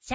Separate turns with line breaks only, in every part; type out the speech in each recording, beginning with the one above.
シ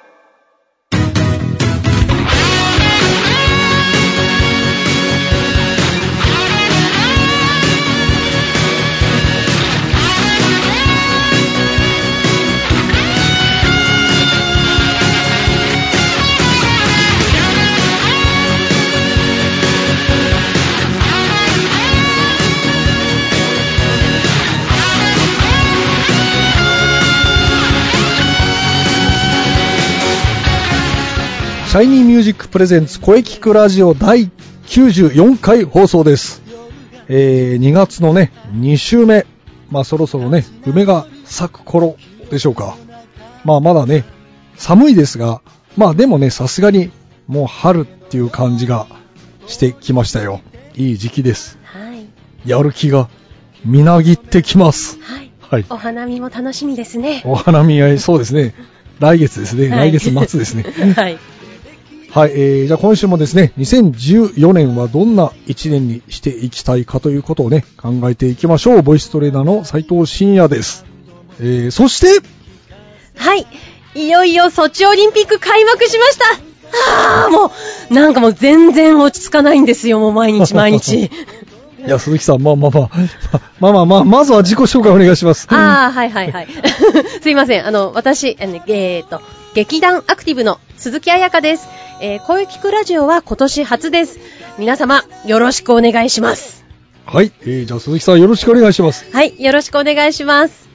シャイニーミュージックプレゼンツ声聞くラジオ第94回放送です。えー、2月のね、2週目。まあそろそろね、梅が咲く頃でしょうか。まあまだね、寒いですが、まあでもね、さすがにもう春っていう感じがしてきましたよ。いい時期です。
はい。
やる気がみなぎってきます。
はい。
はい。
お花見も楽しみですね。
お花見合い、そうですね。来月ですね。
はい
来月末ですね。
はい。
はい、えー、じゃあ今週もですね、2014年はどんな1年にしていきたいかということをね、考えていきましょう。ボイストレーナーの斉藤慎也です。えー、そして、
はい。いよいよソチオリンピック開幕しましたああ、もう、なんかもう全然落ち着かないんですよ、もう毎 日毎日。
いや、鈴木さん、まあまあまあ、 まあまあまあ、まずは自己紹介お願いします。
ああ、はいはい はい。すいません。あの、私、あのえー、と、劇団アクティブの鈴木彩香です。えー、声聞くラジオは今年初です。皆様、よろしくお願いします。
はい、えー、じゃあ鈴木さんよろしくお願いします。
はい、よろしくお願いします。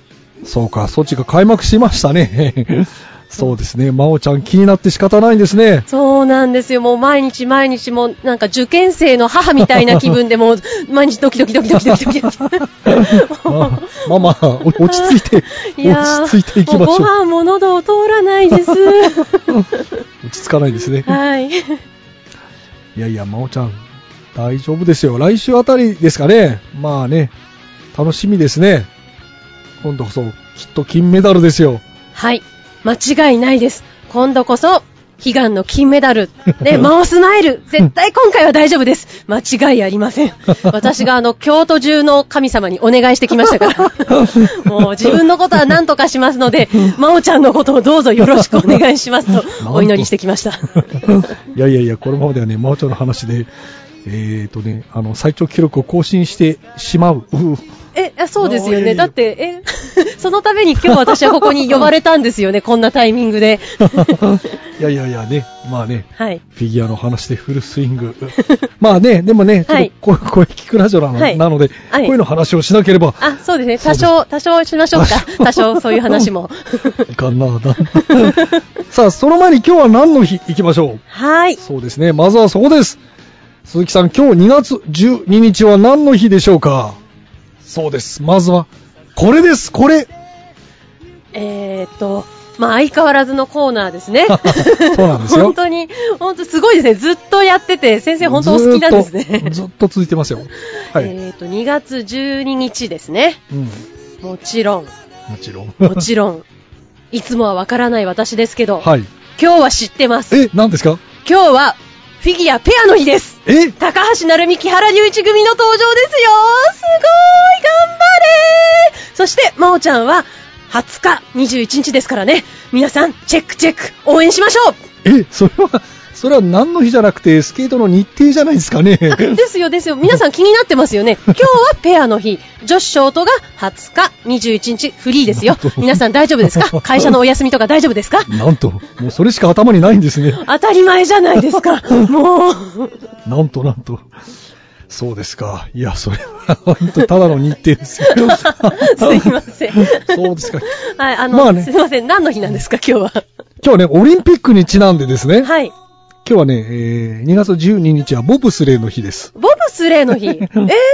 そうか、ソチが開幕しましたね。 そうですね、真央ちゃん気になって仕方ないんですね。
そうなんですよ。もう毎日毎日もうなんか受験生の母みたいな気分でもう毎日ドキドキドキドキドキドキドキ。
まあまあまあ、 お落ち着いて、
いやー
落ち着いていきましょう
もうご飯も喉を通らないです。
落ち着かないですね。
はい。
いやいや、まおちゃん、大丈夫ですよ。来週あたりですかね。まあね、楽しみですね。今度こそ、きっと金メダルですよ。
はい。間違いないです。今度こそ、悲願の金メダル。で、マオスナイル。絶対今回は大丈夫です。間違いありません。私があの、京都中の神様にお願いしてきましたから。もう自分のことは何とかしますので、マオちゃんのことをどうぞよろしくお願いしますと、お祈りしてきました。
いやいやいや、このままではね、まおちゃんの話で、えーとね、あの、最長記録を更新してしまう。 うう
え、あそうです
お
よ
い
ね。だって、え、そのために今日私はここに呼ばれたんですよね。こんなタイミングで。
いやいやいやね、まあね、
はい。
フィギュアの話でフルスイング。まあね、でもね、ちょ
は
っ
い
とこう、こういう聞くラジオなの,、
はい
なので、
はい
こういうの話をしなければ
あ、そうですね。多少、多少しましょうか。 多少そういう話も。
いかんな。 だんさあ、その前に今日は何の日行きましょう
はい。
そうですね。まずはそこです。鈴木さん、今日2月12日は何の日でしょうかそうです。まずは、これです。これ。。
えーっと、まあ、相変わらずのコーナーですね
そうなんです よ
本当に、本当すごいですね。ずっとやってて、先生本当お好きなんですね
ず。ーっとずっと続いてますよ。はい。
えーっと、2月12日ですね。
うん。
もちろん、
もちろん。
もちろん。いつもはわからない私ですけど、
はい。
今日は知ってます。
え、何ですか
今日は、フィギュアペアの日です。
え
高橋成美木原龍一組の登場ですよすごい頑張れーそして、まおちゃんは、20日、21日ですからね。皆さん、チェックチェック、応援しましょ
え、それは、それは何の日じゃなくて、スケートの日程じゃないです かね。
うですよですよ。皆さん気になってますよ ね。今日はペアの日。女子ショートが20日、21日、フリーですよ。皆さん大丈夫です か会社のお休みとか大丈夫ですか
なんと、もうそれしか頭にないんですね。
当たり前じゃないです か。もう。
なんとなんと。そうですか。いや、それは、本当ただの日程です よ。
すいません。
そうですか。
はい、あの、
まあね
すいません。何の日なんですか、今日は。
今日はね、オリンピックにちなんでですね、
はい。
今日はね、えー2月12日はボブスレーの日です。
ボブスレー の日。えー、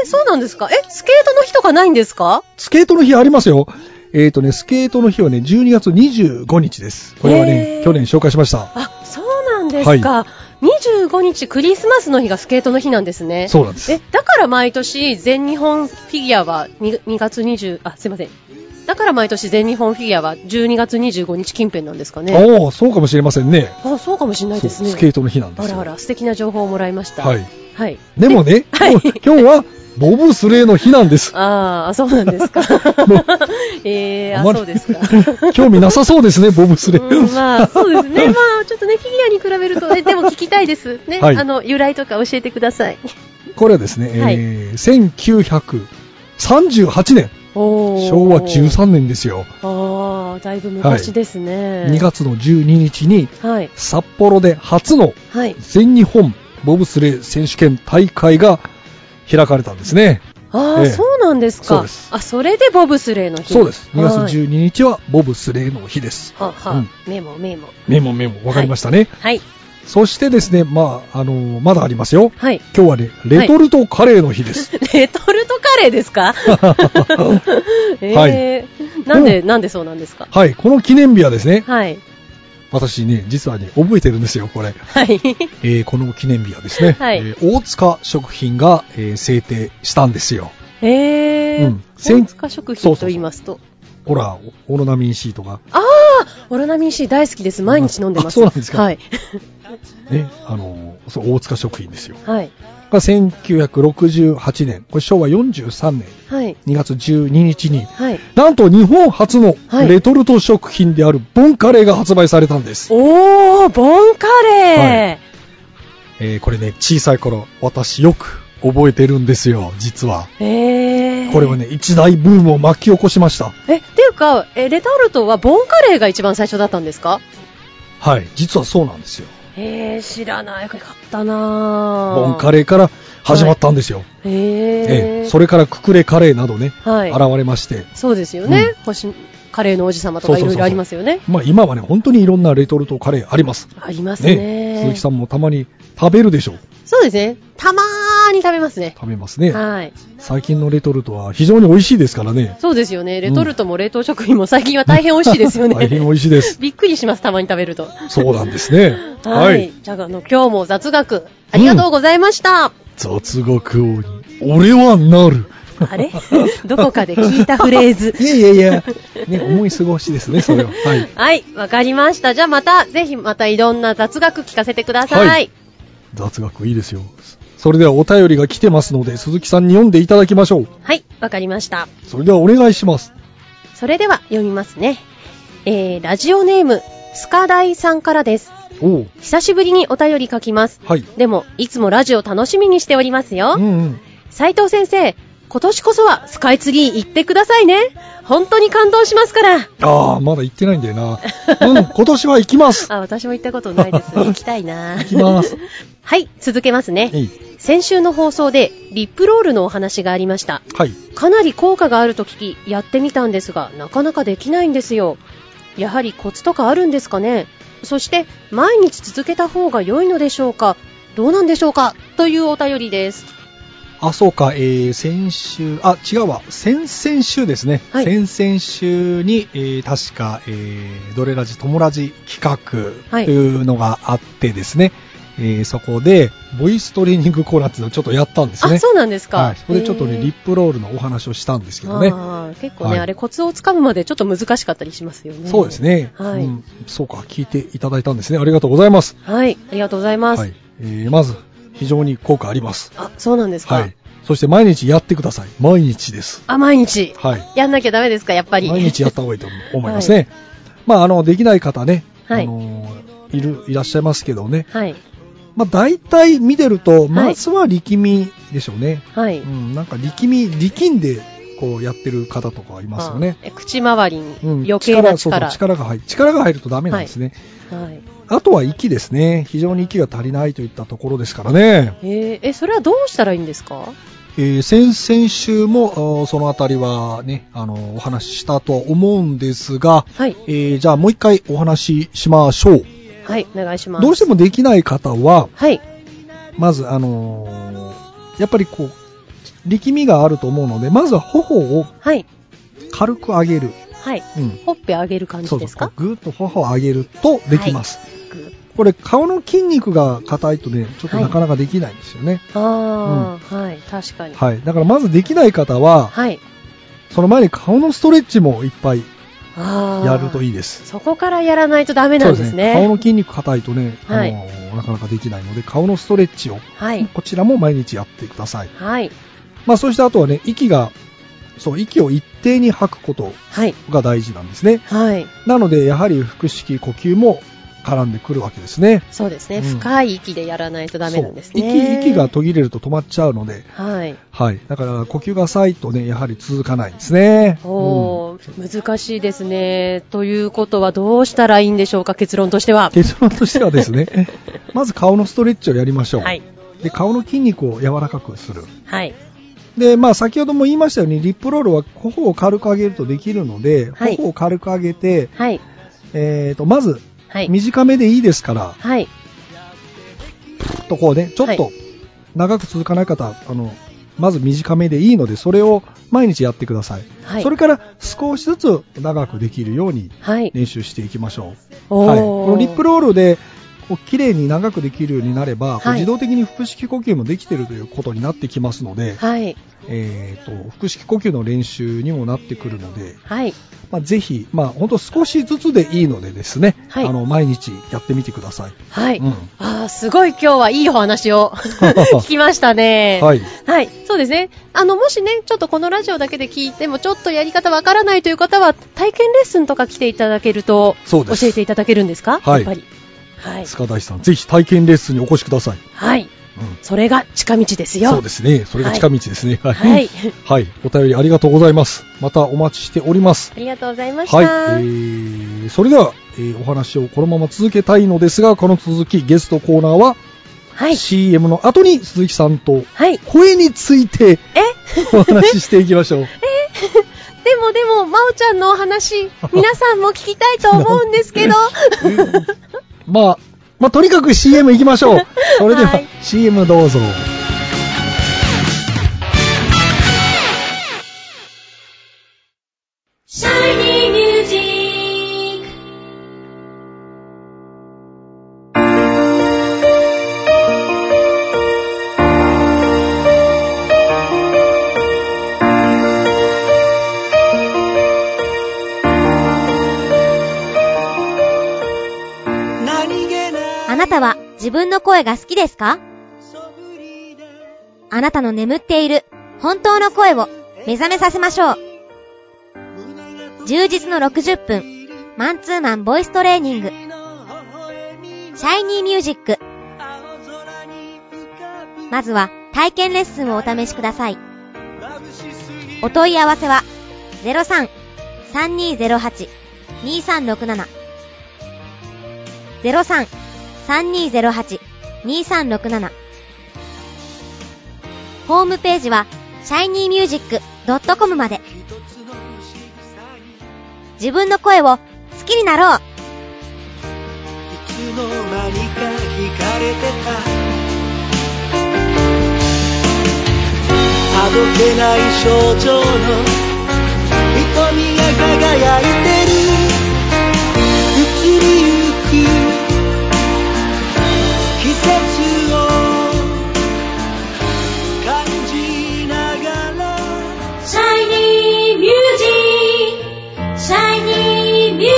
そうなんですかえ、スケートの日とかないんですか
スケートの日ありますよ。えーとね、スケートの日はね、12月25日です。これは
へ
ね、
ー
去年紹介しました。
あ、そうなんですか。25日クリスマスの日がスケートの日なんですね。
そうなんです
え、だから毎年全日本フィギュアは 2, 2月20、あ、すいません。だから毎年全日本フィギュアは12月25日近辺なんですかね。
おお、そうかもしれませんね。
あ、そうかもしれないですね。
そうスケートの日なんで
あ
す
ら
よ。
あら、素敵な情報をもらいました。
はい。
はい。
でもね、
はい
今日今日はボブスレーの日なんです。
ああ、そうなんですか。 ええー、
あ
あ、
まり
そう ですか。
興味なさそうですね、ボブスレー。
うんまあ、そうですね。まあ、ちょっとね、フィギュアに比べると ね、でも聞きたいです。ね、
はい
あの、由来とか教えてください。
これはですね、
はい
えー1938年、
おー
昭和13年ですよ。
ああ、だいぶ昔ですね。
2月の12日に
はい。
札幌で初の
はい。
全日本ボブスレー選手権大会が開かれたんですね。
ああ、
ええ
そうなんですか。
そうです
あ、それでボブスレーの日。
そうです。2
はい
月12日はボブスレーの日です。
はは、
うん
メモメモ。
メモメモ、わかりましたね。
はい。
そしてですね、まあ、あのーまだありますよ。
はい。
今日はね、レトルトカレーの 日です。
レトルトカレーです かええなんで、なんでそうなんですか
はい、この記念日はですね、
はい。
私ね、実はね、覚えてるんですよ、これ。
はい。
えーこの記念日はですね、
はい
えー大塚食品が、えー制定したんですよ。
ええ
うん
大塚食品と言いますと。
ほら、オオロナミン C とか、
オロナミン C 大好きです。毎日飲んでます。
あそうなんですか
はい。
ね、あのーそう、大塚食品ですよ。
はい。
が1968年、これ昭和43年
はい。
2月12日に、
はい。
なんと日本初の
はい
レトルト食品であるボンカレーが発売されたんです。
おー、ボンカレー、
えーこれね、小さい頃、私よく覚えてるんですよ、実は。
えー、
これはね、一大ブームを巻き起こしました。
え、っていうか、え、レトルトはボンカレーが一番最初だったんですか
はい、実はそうなんですよ。
えー、知らないかったな
ボンカ
レ
レーから始まったんですよ。
ー。えー、
ええそれからククレカレーなどね、
はい
現れまして、
そうですよね。
うん
星、カレーの王子様とかいろいろありますよね。
まあ今はね、本当にいろんなレトルトカレーあります。
ありますね
ね、鈴木さんもたまに食べるでしょう。
そうですね。たまーに食べますね。
食べますね。
はい。
最近のレトルトは非常に美味しいですからね。
そうですよね。レトルトも冷凍食品も最近は大変美味しいですよね。
大変美味しいです。
びっくりします、たまに食べると。
そうなんですね。
はい。。じゃあ、あの、今日も雑学、ありがとうございました。
雑学王に、俺はなる。
あれ どこかで聞いたフレー ズ。
いやいやいや、ね、思い過ごしです ね、それは。はい。
はい、わかりました。じゃあまた、ぜひまたいろんな雑学聞かせてください。
はい雑学いいですよ。それではお便りが来てますので、鈴木さんに読んでいただきましょう。
はい、わかりました。
それではお願いします。
それでは読みますね。えー、ラジオネーム、スカダイさんからです。
おう。
久しぶりにお便り書きます。
はい。
でも、いつもラジオ楽しみにしておりますよ。
うんうん。
斉藤先生、今年こそはスカイツリー行ってくださいね。本当に感動しますから。
ああ、まだ行ってないんだよな。うん、今年は行きます。
あ、私も行ったことないです。 行きたいな
行き ます。
はい、続けますね。
いい
先週の放送で、リップロールのお話がありました。
はい。
かなり効果があると聞き、やってみたんですが、なかなかできないんですよ。やはりコツとかあるんですかねそして、毎日続けた方が良いのでしょうかどうなんでしょうかというお便りです。
あ、そうか、えー、先週、あ、違うわ、先々週ですね。
はい
先々週に、えー、確か、えー、ドレラジ、トモラジ企
は
画
い
というのがあってですね、えー、そこで、ボイストレーニングコーナーっていうのをちょっとやったんですね。
あ、そうなんですか。
はい。そこでちょっとね、
へー
リップロールのお話をしたんですけどね。
あー結構ね、
はい
あれコツをつかむまでちょっと難しかったりしますよね。
そうです。ね、
はい
うん。そうか、聞いていただいたんですね。ありがとうございます。
はい、ありがとうございます。
はい。えー、まず、非常に効果あります。
あ、そうなんですか。
はい。そして毎日やってください。毎日です。
あ、毎日。
はい。
やんなきゃダメですか、やっぱり。
毎日やった方がいいと 思いますね。まあ、あの、できない方ね、
はい
あのーいる、いらっしゃいますけどね。
はい。
まあ、大体見てると、まずは力みでしょうね。
はい。
うん、なんか力み、力んで、こうやってる方とかいますよね。
あえ口周りに
うん、
余計な力。
そうそう力が入る。力が入るとダメなんですね。
はい。
あとは息ですね。非常に息が足りないといったところですからね。
えーえ、それはどうしたらいいんですか
えー先々週も、あーそのあたりはね、あのーお話ししたとは思うんですが、
はい。
えーじゃあもう一回お話ししましょう。
はい、お願いします。
どうして
も
もできない方は、
はい。
まず、あのーやっぱりこう、力みがあると思うので、まずは頬を
はい。
軽く上げる。
はい。
うん。
ほっぺ上げる感じ
そう
です
そう
か。
ぐーっと頬を上げるとできます。
グー
これ、顔の筋肉が硬いとね、ちょっとなかなかできないんですよね。
ああ、はい。確かに。
はい。だからまずできない方は、
はい。
その前に顔のストレッチもいっぱい
あー
やるといいです。
そこからやらないとダメなんですね。
顔の筋肉硬いとね、あの
はい
なかなかできないので、顔のストレッチを、
はい。
こちらも毎日やってください。
はい。
まあ、そしてあとはね、息が、そう、息を一定に吐くこと
はい。
が大事なんですね。
はい。
なので、やはり腹式呼吸も絡んでくるわけですね。
そうですね。
うん
深い息でやらないとダメなんです
そう
ね。
息息が途切れると止まっちゃうので、
はい。
はい。だから、呼吸が浅いとね、やはり続かないんですね。うん
おー、難しいですね。ということはどうしたらいいんでしょうか、結論としては。
結論としてはですね、 まず顔のストレッチをやりましょう。
はい。
で、顔の筋肉を柔らかくする。
はい。
で、まあ、先ほども言いましたように、リップロールは頬を軽く上げるとできるので、
はい
頬を軽く上げて、
はい。
えーと、まず、
はい。
短めでいいですから、
はい。
ちょっとこうね、ちょっ
は
と長く続かない方、あの、まず短めでいいので、それを毎日やってください。
はい
それから少しずつ長くできるように
はい。
練習していきましょう。
おー
はい。このリップロールで、こう綺麗に長くできるようになれば、こう
はい
自動的に腹式呼吸もできてるということになってきますので、
はい。
えっ、と、腹式呼吸の練習にもなってくるので、
はい。
まあ、ぜひ、まあ、ほんと少しずつでいいのでですね、
はい
あの、毎日やってみてください。
はい。
うん
あーすごい今日はいいお話 を聞きましたね。
はい。
はい、そうですね。あの、もしね、ちょっとこのラジオだけで聞いても、ちょっとやり方わからないという方は、体験レッスンとか来ていただけると、
そう
教
です。
えていただけるんですか
は
やっ
い
ぱり。はい。
塚大さん、ぜひ体験レッスンにお越しください。
はい。
う
それが近道です
ん、
よ。
そうですね。それが近道ですね。はい。
はい。
はい。お便りありがとうございます。またお待ちしております。
ありがとうございました。
はい。えー、それでは、えーお話をこのまま続けたいのですが、この続き、ゲストコーナーは、
はい。
CM の後に鈴木さんと
はい。
声につ いて
え
お話ししていきましょ う。
でもでも、まおちゃんのお 話、皆さんも聞きたいと思うんですけど、
まあ、まあ、とにかく CM 行きましょう。それでは、
はい
CM どうぞ。
あなたは自分の声が好きですかあなたの眠っている本当の声を目覚めさせましょう。充実の60分、マンツーマンボイストレーニング、シャイニーミュージック。まずは体験レッスンをお試しください。お問い合わせは03-3208-2367 03-3208-2367ホームページは shinymusic.com まで自分の声を好きになろう
あどけない症状の瞳が輝いてる移りゆく季節を感じながら
Shiny music, shiny music.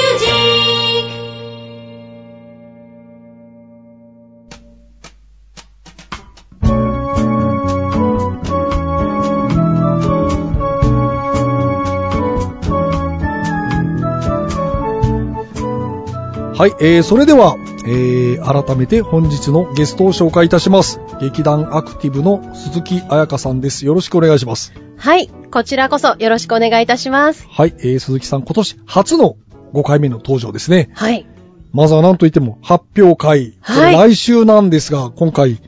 はい、えー、それでは、えー、改めて本日のゲストを紹介いたします。劇団アクティブの鈴木彩香さんです。よろしくお願いします。
はい。こちらこそよろしくお願いいたします。
はい、えー、鈴木さん、今年初の5回目の登場ですね。
はい。
まずは何といっても発表会。
はい
これ来週なんですが、今回、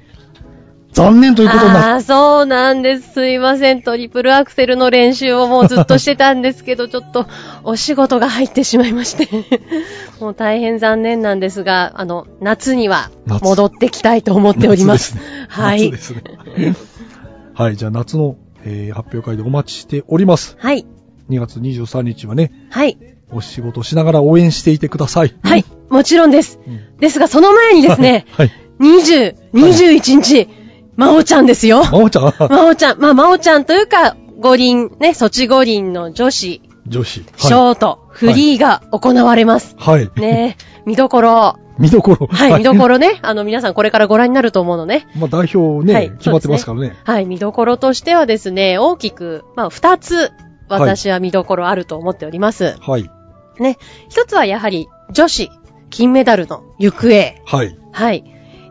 残念ということにな
あ
っ
あ、そうなんです。すいません。トリプルアクセルの練習をもうずっとしてたんですけど、ちょっとお仕事が入ってしまいまして、 もう大変残念なんですが、あの、夏には
夏
戻ってきたいと思っております。
夏ですね
はい。
夏ですね。はい、じゃあ夏の、えー、発表会でお待ちしております。
はい。
2月23日はね、
はい。
お仕事しながら応援していてください。、
はい。もちろんです。ですが、その前にですね
はい。
20、21日、まおちゃんですよ。
まおちゃん、
まおちゃん、まあ、まおちゃんというか、五輪、ね、ソチ五輪の女子、
女子。
ショート、フリーが行われます。
はい。
ねえ、見どころ。
見どころ。
はい、見どころね。あの、皆さんこれからご覧になると思うのね。
まあ代表ね、
はい
決まってますからね。
はい、見どころとしてはですね、大きく、まあ、二つ、私は見どころあると思っております。
はい。
ね。一つはやはり、女子、金メダルの行方。
はい。
はい。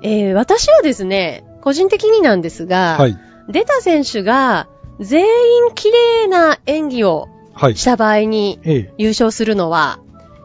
えー、私はですね、個人的になんですが、
はい。
出た選手が、全員綺麗な演技を
はい
し。た場合に、
ええ。
優勝するのは、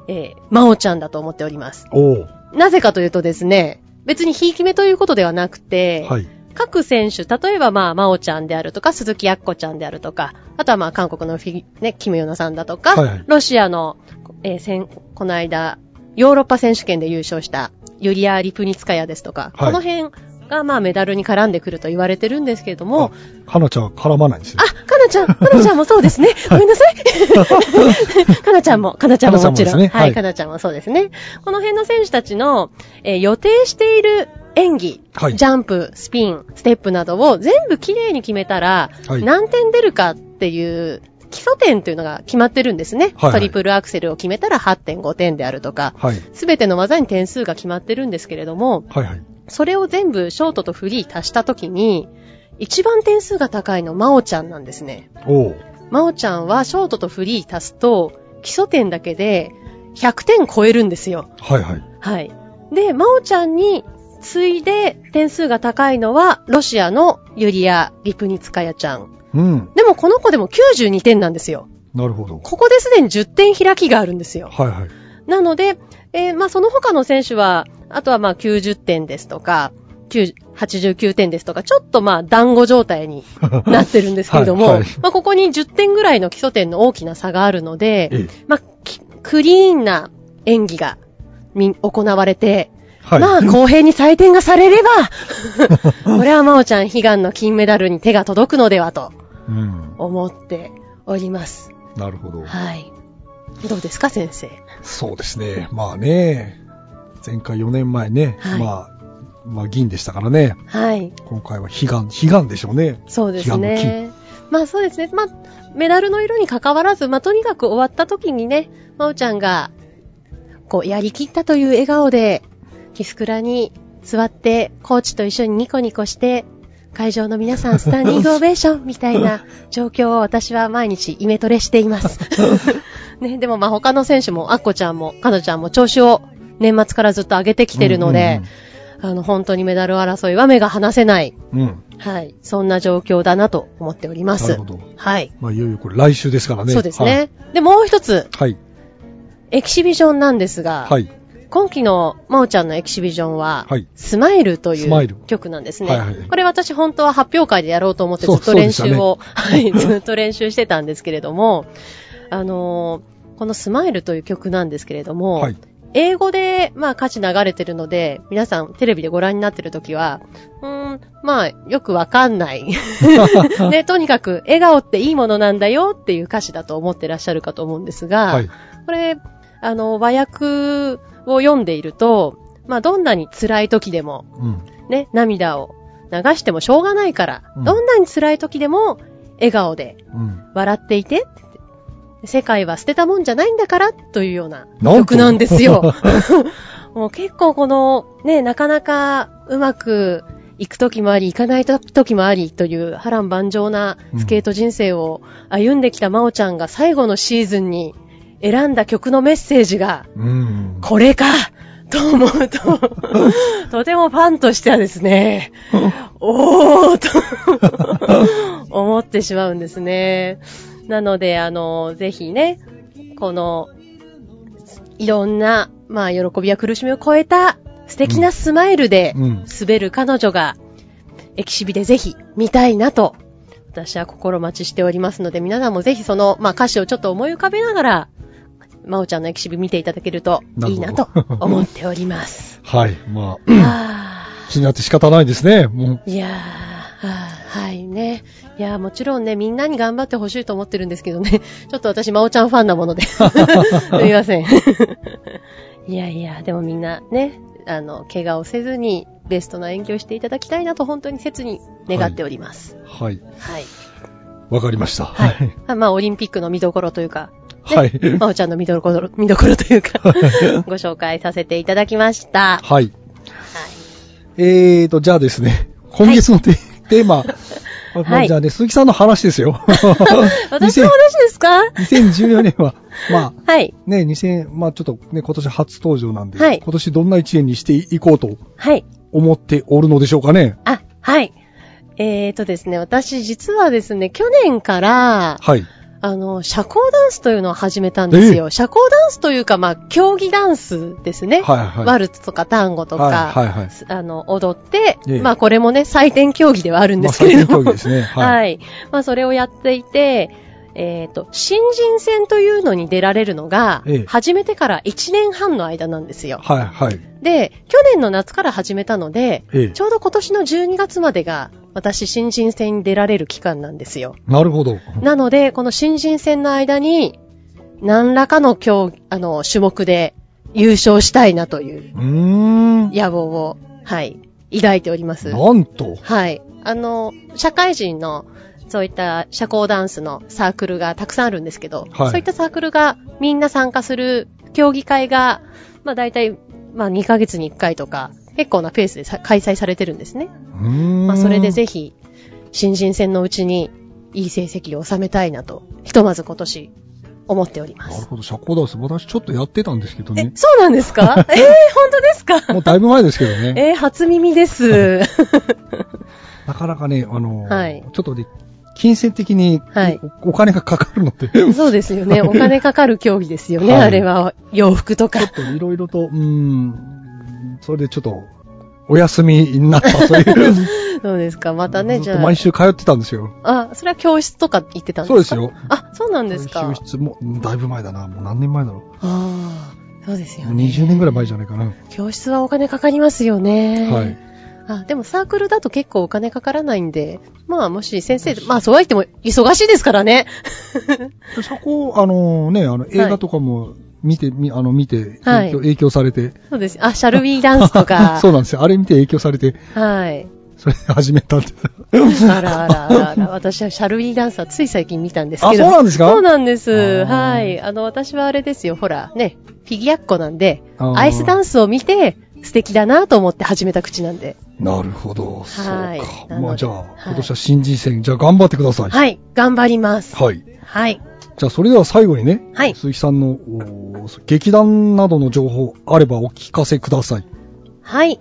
えー、真央ちゃんだと思っております。
おー
なぜかというとですね、別にひいき目ということではなくて、
はい。
各選手、例えばまあ、真央ちゃんであるとか、鈴木やっこちゃんであるとか、あとはまあ、韓国のフィギ、ね、キムヨナさんだとか、
はいはい
ロシアの、えーせん、この間、ヨーロッパ選手権で優勝した、ユリア・リプニツカヤですとか、
は
こ
い
の辺がまあ、メダルに絡んでくると言われてるんですけれども、
かなちゃんは絡まないんですよ。
あ、かなちゃん、かなちゃんもそうですね。ごめんなさい。 かなちゃんも、かなちゃんももちろん。
かなちゃんもですね
は
はい
い、かなちゃんもそうですね。この辺の選手たちの、えー予定している演技、
はい
ジャンプ、スピン、ステップなどを全部きれいに決めたら、
はい
何点出るかっていう、基礎点というのが決まってるんですね。
はいはい
トリプルアクセルを決めたら8.5点であるとか、
はい。
すべての技に点数が決まってるんですけれども、
はいはい。
それを全部ショートとフリー足したときに、一番点数が高いの真央ちゃんなんですね。
おー
真央ちゃんはショートとフリー足すと、基礎点だけで100点超えるんですよ。
はいはい。
はい。で、真央ちゃんに次いで点数が高いのは、ロシアのユリア・リプニツカヤちゃん。
うん。
でもこの子でも92点なんですよ。
なるほど。
ここですでに10点開きがあるんですよ。
はいはい。
なので、えーまあ、その他の選手は、あとはまあ90点ですとか、9 89点ですとか、ちょっとまあ団子状態 になってるんですけれども、
はいはい
まあ、ここに10点ぐらいの基礎点の大きな差があるので、
ええ。
まあ、きクリーンな演技がみ行われて、
はい。
まあ公平に採点がされれば、 これは真央ちゃん悲願の金メダルに手が届くのではと
うん。
思っております。
なるほど。
はい。どうですか先生。
そうですね。まあね、前回4年前ね、
はい
まあ、まあ銀でしたからね、
はい。
今回は悲願、悲願でしょうね。
そうです
悲
ね。まあそうですね。まあ、メダルの色に関わらず、まあとにかく終わった時にね、まおちゃんが、こう、やりきったという笑顔で、キスクラに座って、コーチと一緒にニコニコして、会場の皆さん、スタンディングオベーションみ たいな状況を私は毎日イメトレしています。ね、でもまあ他の選手も、アッコちゃんも、カノちゃんも調子を年末からずっと上げてきてるので、あの本当にメダル争いは目が離せない
うん。うんうんうん
はい。そんな状況だなと思っておりま
な
す
るほ。ど。
はい。
まあ、いよいよこれ来週ですからね。
そうですね。で、もう一つ、
はい。
エキシビジョンなんですが、
はい。はい。
今期のまおちゃんのエキシビジョンは、
はい
スマイルと
スマイ
い
ル
う曲なんですね。
はいはい
これ私本当は発表会でやろうと思って
そ
ずっ
う
と練習 を、はい、ずっと練習してたんですけれども、あのーこのスマイルという曲なんですけれども、
はい。
英語で、まあ、歌詞流れてるので、皆さんテレビでご覧になってるときは、うーん、まあ、よくわかんない。 ね、とにかく、笑顔っていいものなんだよっていう歌詞だと思ってらっしゃるかと思うんですが、
はい。
これ、あの、和訳を読んでいると、まあ、どんなに辛い時でも、
うん。
ね、涙を流してもしょうがないから、
うん
どんなに辛い時でも、笑顔で
うん。
笑っていて、世界は捨てたもんじゃないんだから、というような
なんと
曲なんです よ。もう結構この、ね、なかなかうまくいく時もあり、いかない時もありという波乱万丈なスケート人生を歩んできた真央ちゃんが最後のシーズンに選んだ曲のメッセージが、
うん。
これかと思うと、 とてもファンとしてはですね、おーと思ってしまうんですね。なので、あの、ぜひね、この、いろんな、まあ、喜びや苦しみを超えた素敵なスマイルで
うん。
滑る彼女が、エキシビでぜひ見たいなと、私は心待ちしておりますので、皆さんもぜひその、まあ、歌詞をちょっと思い浮かべながら、まおちゃんのエキシビ見ていただけるといいなと
なるほど
思っております。
はい。まあ、
は
気になって仕方ないですね。も
あいやー、あーはいね。いやーもちろんね、みんなに頑張ってほしいと思ってるんですけどね。 ちょっと私、まおちゃんファンなもの で。すみません。 いやいや、でもみんなね、あの、怪我をせずに、ベストな演技をしていただきたいなと本当に切に願っております。
う、はい。
はい。
わかりました。
はい。まあ、オリンピックの見どころというか、
はい
まおちゃんの見どころ、見どころというか
はい、
ご紹介させていただきました。
は
は
い。
い
えーと、じゃあですね、今月のテ,、テーマ、
はい。
じゃあね、鈴木さんの話ですよ
私の 話ですか
2014年は、ま
はい。
あ、ね、2000、まあちょっとね、今年初登場なんで、
はい
今年どんな一年にしていこうと
はい。
思っておるのでしょうかね。
あ、はい。えーとですね、私実はですね、去年から、
はい。
あの、社交ダンスというのを始めたんですよ。社交ダンスというか、まあ、競技ダンスですね。
はいはい
ワルツとかタンゴとか、
はいはいはい
あの、踊って、
ええ
まあ、これもね、採点競技ではあるんですけれども。
まあ採点競技です ね
は
はいい。
まあ、それをやっていて、えーと、新人戦というのに出られるのが、
ええ
始めてから1年半の間なんですよ。
はい、はい。
で、去年の夏から始めたので、
ええ
ちょうど今年の12月までが、私、新人戦に出られる期間なんですよ。
なるほど。
なので、この新人戦の間に、何らかの競技、あの、種目で優勝したいなという
うーん。
野望を、はい、抱いております。
なんと。
はい。あの、社会人の、そういった社交ダンスのサークルがたくさんあるんですけど、
はい
そういったサークルがみんな参加する競技会が、まあ大体、まあ2ヶ月に1回とか、結構なペースでさ開催されてるんですね。
うーん。
まあ、それでぜひ、新人戦のうちに、いい成績を収めたいなと、ひとまず今年、思っておりま
なる
す。
ほど、社交ダンス、私ちょっとやってたんですけど
え
ね、。
そうなん ですかえー、本当ですか
もうだいぶ前ですけどね。
えー、初耳 です。
なかなかね、あの、
はい
ちょっとね、金銭的に、
はい
おお金がかかるので、ち ょ
そうですよ ね。お金かかる競技ですよね、
はい
あれは。洋服とか。
っといろいろと、うーん、それでちょっと、お休みになったという。
そうですか。またね、
ず
じ
っと
ゃ
毎週通ってたんですよ。
あ。あ、それは教室とか行ってたんです
そう
か
ですよ。
あ、そうなんですか
教。室も、うんだいぶ前だな。もう何年前だろう。
ああ、そうですよね。
20年ぐらい前じゃないかな。
教室はお金かかりますよね。
はい。
あ、でもサークルだと結構お金かからないんで、まあもし先生、まあそうは言っても忙しいですからね。
でそこ、あのね、あの、映画とかも見て、みあの、見て影響、
はい
影響されて。
そうです。あ、シャルビーダンスとか。
そうなんですよ。あれ見て影響されて、
はい。
それで始めたんで。
あらあ らあらあら。私はシャルビーダンスはつい最近見たんですけど。
あそうなんですか
そうなんです。
あー
はい。あの、私はあれですよ。ほら、ね、フィギュアっ子なんで、
あー
アイスダンスを見て、素敵だなと思って始めた口なんで。
なるほど。そう
はいなの
か。
で
まあじゃあ、
はい
今年は新人戦、じゃあ頑張ってください。
はい。頑張ります。
はい。
はい。
じゃあそれでは最後にね、
はい
鈴木さんのおー劇団などの情報あればお聞かせください。
はい。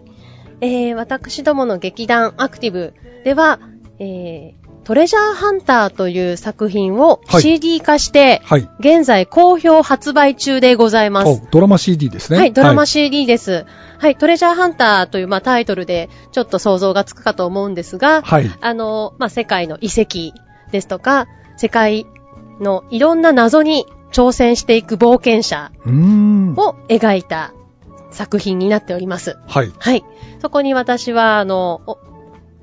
えー、私どもの劇団アクティブでは、えー、トレジャーハンターという作品を
はい
CD 化して、
はい。
現在好評発売中でございます。
おドラマ CD ですね。
はい、ドラマ CD です。はい、トレジャーハンターという、まあ、タイトルでちょっと想像がつくかと思うんですが、
はい。
あの、まあ、世界の遺跡ですとか、世界のいろんな謎に挑戦していく冒険者
うーん。
を描いた作品になっております。
はい。
はい。そこに私は、あの、お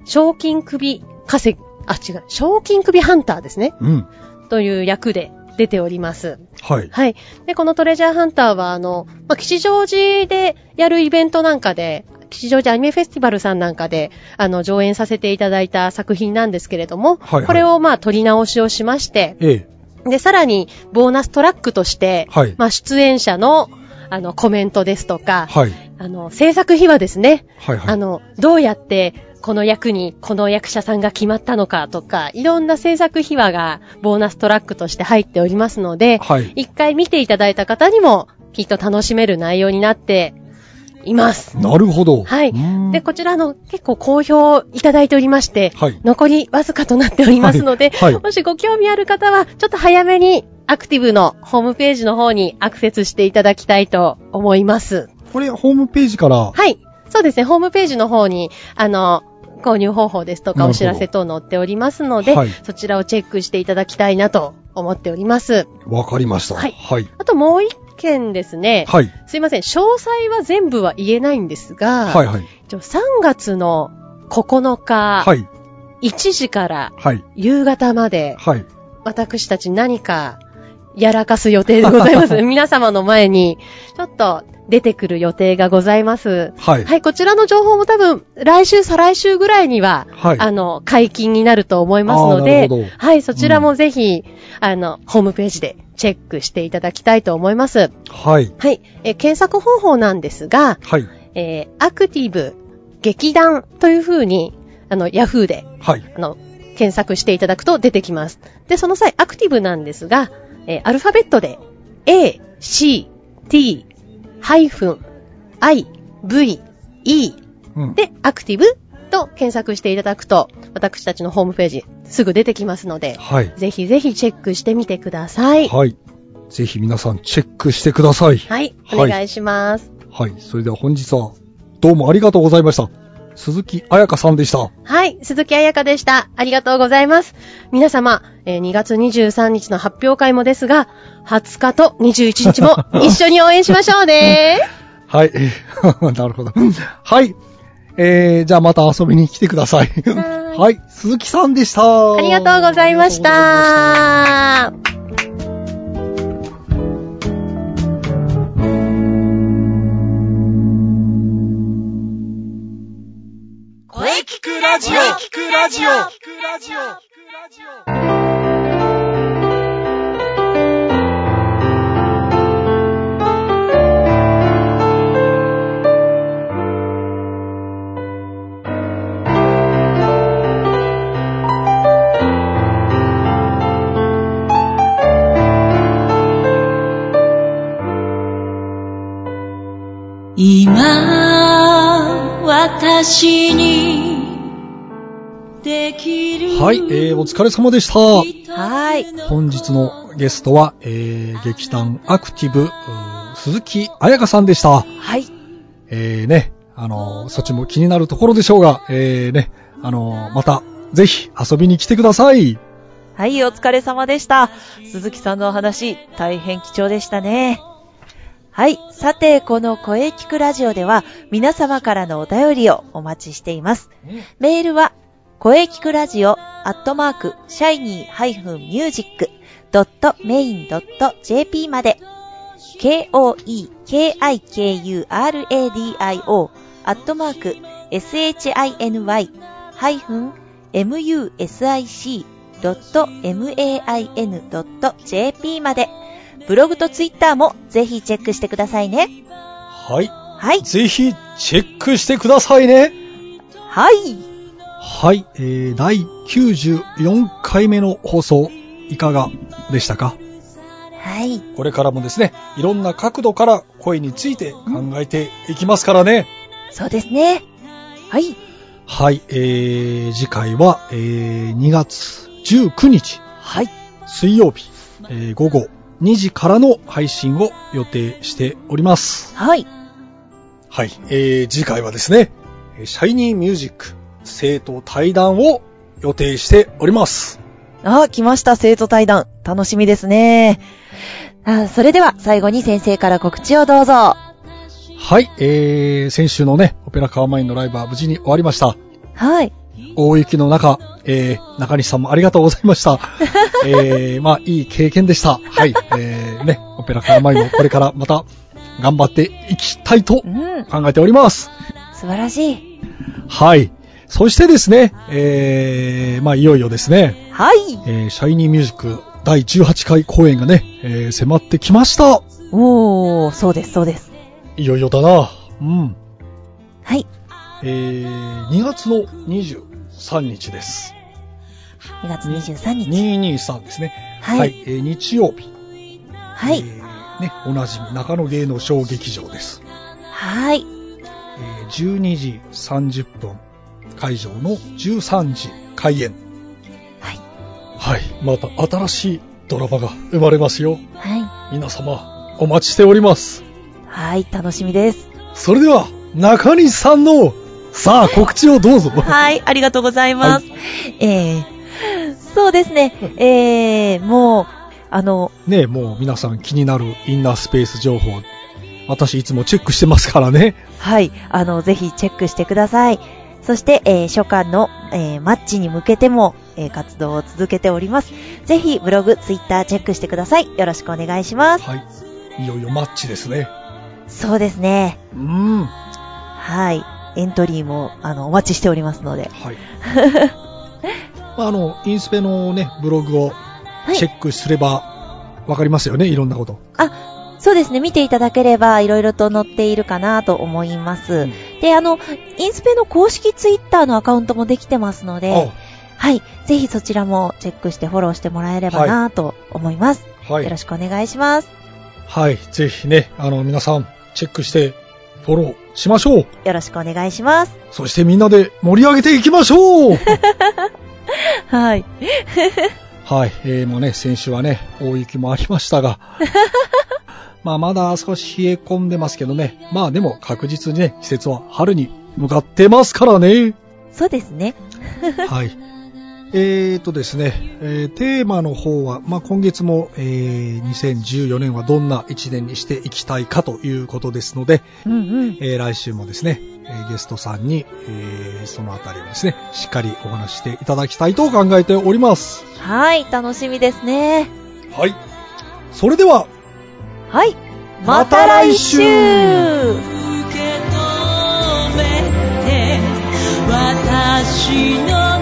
賞金首稼ぎ、あ、違う、賞金首ハンターですね。
うん。
という役で出ております。
はい。
はい。で、このトレジャーハンターは、あの、まあ、吉祥寺でやるイベントなんかで、吉祥寺アニメフェスティバルさんなんかで、あの、上演させていただいた作品なんですけれども、
はいはい
これをまあ、撮り直しをしまして、
ええ。
で、さらに、ボーナストラックとして、
はい
まあ、出演者の、あの、コメントですとか、
はい。
あの、制作秘話ですね、
はいはい。
あの、どうやって、この役に、この役者さんが決まったのかとか、いろんな制作秘話がボーナストラックとして入っておりますので、
はい
一回見ていただいた方にも、きっと楽しめる内容になっています。
なるほど。
はい。で、
で、
こちらの結構好評いただいておりまして、
はい
残りわずかとなっておりますので、
はいはい
もしご興味ある方は、ちょっと早めにアクティブのホームページの方にアクセスしていただきたいと思います。
これ、ホームページから、
はい。そうですね。ホームページの方に、あの、購入方法ですと
な
か
る
お
ほど
知らせ等載っておりますので、
はい
そちらをチェックしていただきたいなと思っております。
わかりました。
はい
はい。
あともう一件ですね。
はい。
すいません。詳細は全部は言えないんですが、
はい。はい。
一応3月の9日、
はい。
1時から
はい。
夕方まで、
はい。
私たち何かやらかす予定でござい ます。皆様の前に、ちょっと出てくる予定がございます。
はい
はい、こちらの情報も多分、来週、再来週ぐらいには、
はい
あの、解禁になると思いますの
あ
で
ーなるほど、
はい、そちらもぜひ、あの、ホームページでチェックしていただきたいと思います。
はい。
はい。えー検索方法なんですが、
はい。
えーアクティブ、劇団というふうに、あの、ヤフーで、
はい。
あの、検索していただくと出てきます。で、その際、アクティブなんですが、えーアルファベットで、A, C, T, ハイフン、I, V, E
うん。
で、アクティブと検索していただくと、私たちのホームページ、すぐ出てきますので、
はい。
ぜひぜひチェックしてみてください。
はい。ぜひ皆さんチェックしてください。
はい、
は
お
い
願いします。
はい。それでは本日は、どうもありがとうございました。鈴木彩香さんでした。
はい、鈴木彩香でした。ありがとうございます。皆様、えー2月23日の発表会もですが、20日と21日も一緒に応援しましょうね。
はい。 なるほど。はい。えー、じゃあまた遊びに来てください。
はい
はい。鈴木さんでした。
ありがとうございまし
あ
た。
声聞くラジオ聞くラジオ聞くラジオ今私にでき
り
る
がとうございました。はい。えー、お疲れ様でした。
はい
本日のゲストは、えー、劇団アクティブ、うー鈴木彩香さんでした。
はい。
えーね、あのーそっちも気になるところでしょうが、えーね、あのーまた、ぜひ遊びに来てください。
はい、お疲れ様でした。鈴木さんのお話、大変貴重でしたね。はい、さて、この声聞くラジオでは、皆様からのお便りをお待ちしています。メールは、声聞くラジオ、アットマーク、シャイニー -music.main.jp まで、k-o-e-k-i-k-u-r-a-d-i-o、アットマーク、shiny-music main.jp まで、ブログとツイッターもぜひチェックしてくださいね。
はい。
はい。
ぜひ、チェックしてくださいね。
はい。
はい、えー、第94回目の放送、いかがでしたか
はい。
これからもですね、いろんな角度から声について考えていきますからね。
そうですね。はい。
はい、えー、次回は、えー、2月19日、
はい。
水曜日、えー午後2時からの配信を予定しております。
はい。
はい、えー、次回はですね、えーシャイニーミュージック生徒対談を予定しております。
あ、来ました。生徒対談。楽しみですね。あそれでは最後に先生から告知をどうぞ。
はい、えー、先週のね、オペラカーマインのライブは無事に終わりました。
はい。
大雪の中、えー、中西さんもありがとうございました。えー、まあ、いい経験でした。はい、えー、ね、オペラカーマインもこれからまた頑張っていきたいと
うん。
考えております。
素晴らしい。
はい。そしてですね、えー、まあ、いよいよですね、
はい。
えー、シャイニーミュージック第18回公演がね、えー、迫ってきました。
おー、そうです、そうです。
いよいよだな。うん。
はい。
えー、2月の23日です。
2月23日。
223ですね。
はい。
えー日曜日。
は
え
い。
ーね、おなじみ中野芸能小劇場です。
はい。
えー12時30分、会場の13時開演。
はい。
はい。また新しいドラマが生まれますよ。
は
皆様、お待ちしております。
い。はい。楽しみです。
それでは、中西さんの、さあ、告知をどうぞ。
はい、ありがとうございます。えー、そうですね、えー、もう、あの、
ねえ、もう皆さん気になるインナースペース情報、私いつもチェックしてますからね。
はい、あの、ぜひチェックしてください。そして、えー、初夏の、えー、マッチに向けても、えー、活動を続けております。ぜひ、ブログ、ツイッターチェックしてください。よろしくお願いします。
はい。いよいよマッチですね。
そうですね。
うん。は
はい。エントリーも、あの、お待ちしておりますので。
い。 まあ、あの、インスペのね、ブログを
い
チェックすれば、わかりますよね、いろんなこと。
あ、そうですね。見ていただければ、いろいろと載っているかなと思います。で、あの、インスペの公式ツイッターのアカウントもできてますので、はい。ぜひそちらもチェックしてフォローしてもらえればなと思います。
あは
よろ
い。
しくお願いします。
はい。ぜひね、あの、皆さん、チェックして、フォローしましょう。
よろしくお願いします。
そしてみんなで盛り上げていきましょう
はい。
はい。えー、もうね、先週はね、大雪もありましたが、まあ、まだ少し冷え込んでますけどね。まあ、でも確実にね、季節は春に向かってますからね。
そうですね。
はい。えーとですね、えーテーマの方は、まあ、今月も、えー2014年はどんな1年にしていきたいかということですので、
うんうん。
えー来週もですね、えーゲストさんに、えーそのあたりをですね、しっかりお話ししていただきたいと考えております。
はい。楽しみですね。
はい。それでは、
はい。
また来週
また来週
受け止めて私の